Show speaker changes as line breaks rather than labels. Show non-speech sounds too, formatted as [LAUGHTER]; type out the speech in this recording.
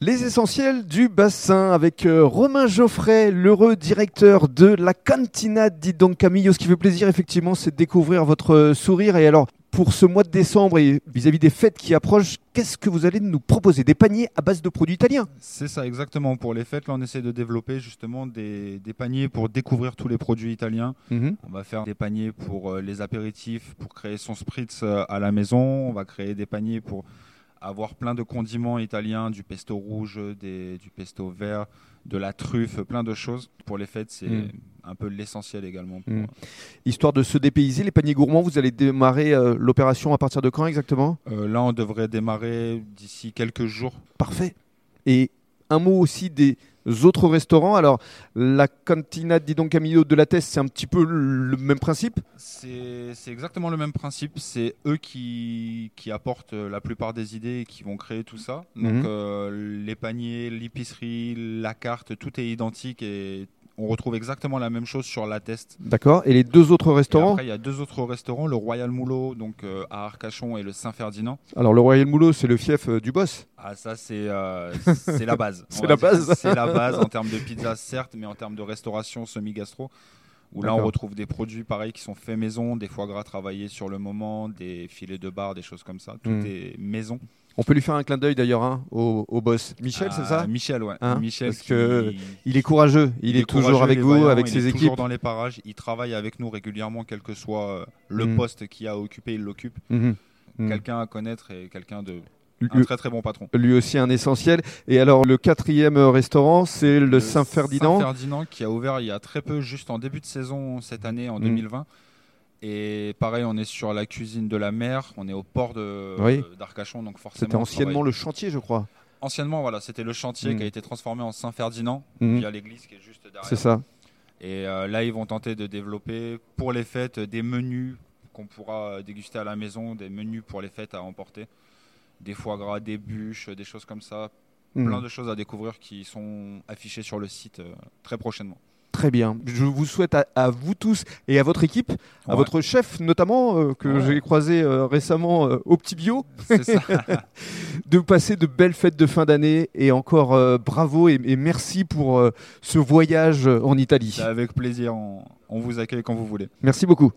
Les essentiels du bassin avec euh, Romain Geoffrey, l'heureux directeur de la Cantina Dites donc Camillo. Ce qui fait plaisir effectivement, c'est de découvrir votre euh, sourire. Et alors, pour ce mois de décembre et vis-à-vis des fêtes qui approchent, qu'est-ce que vous allez nous proposer Des paniers à base de produits italiens
C'est ça, exactement. Pour les fêtes, là, on essaie de développer justement des, des paniers pour découvrir tous les produits italiens. On va faire des paniers pour euh, les apéritifs, pour créer son spritz euh, à la maison. On va créer des paniers pour avoir plein de condiments italiens, du pesto rouge, des- du pesto vert, de la truffe, plein de choses. Pour les fêtes, c'est
Mm.
un peu l'essentiel également. pour-
Mm. Histoire de se dépayser, les paniers gourmands, vous allez démarrer euh, l'opération à partir de quand exactement
Euh, là, on devrait démarrer d'ici quelques jours.
Parfait. Et un mot aussi des autres restaurants. Alors, la Cantina Dites donc Camillo de la Teste, c'est un petit peu le même principe
C'est c'est exactement le même principe. C'est eux qui, qui apportent euh, la plupart des idées et qui vont créer tout ça. Donc
Mhm.
euh, les paniers, l'épicerie, la carte, tout est identique et on retrouve exactement la même chose sur la test.
D'accord. Et les deux autres
Et
restaurants
après, il y a deux autres restaurants, le Royal Moulot, donc euh, à Arcachon, et le Saint-Ferdinand.
Alors, le Royal Moulot, c'est le fief euh, du boss.
Ah, ça,
[LAUGHS]
c'est euh, c'est la base.
C'est
On va
la
dire.
base.
C'est la base en
[LAUGHS]
termes de pizza, certes, mais en termes de restauration semi-gastro, où là, on
D'accord.
retrouve des produits pareils qui sont faits maison, des foie gras travaillés sur le moment, des filets de bar, des choses comme ça. Tout
Mm.
est maison.
On peut lui faire un clin d'œil d'ailleurs hein, au, au boss. Michel,
Ah,
c'est ça
Michel, ouais.
Hein
Michel,
Parce que
qui-
Il est courageux, il, est, toujours
courageux,
avec
il est
vous,
vaillant,
avec
il
ses
est
équipes.
toujours dans les parages. Il travaille avec nous régulièrement, quel que soit euh, le
Mm.
poste qu'il a occupé, il l'occupe.
Mhm. Mm.
Quelqu'un à connaître et quelqu'un de. Un
Lui, euh,
très très bon patron.
lui aussi un essentiel. Et alors le quatrième euh, restaurant, c'est le, Saint-Ferdinand.
Saint-Ferdinand qui a ouvert il y a très peu, juste en début de saison cette année, en
Mm.
2020. Et pareil, on est sur la cuisine de la mer, on est au port de-
Oui.
euh, d'Arcachon, donc forcément.
C'était
on
anciennement
travaille-
le chantier, je crois.
Anciennement, voilà, c'était le chantier
Mm.
qui a été transformé en Saint-Ferdinand
Mhm.
via l'église qui est juste derrière.
C'est ça.
Et euh, là, ils vont tenter de développer pour les fêtes des menus qu'on pourra euh, déguster à la maison, des menus pour les fêtes à emporter, des foie gras, des bûches, des choses comme ça,
Mm.
plein de choses à découvrir qui sont affichées sur le site euh, très prochainement.
Très bien. Je vous souhaite à, à vous tous et à votre équipe, à
Ouais.
votre chef notamment, euh, que
Ouais.
j'ai croisé euh, récemment euh, au Petit Bio,
C'est [LAUGHS] ça.
de passer de belles fêtes de fin d'année. Et encore euh, bravo et, et merci pour euh, ce voyage euh, en Italie.
Bah, C'est avec plaisir. On, on vous accueille quand vous voulez.
Merci beaucoup.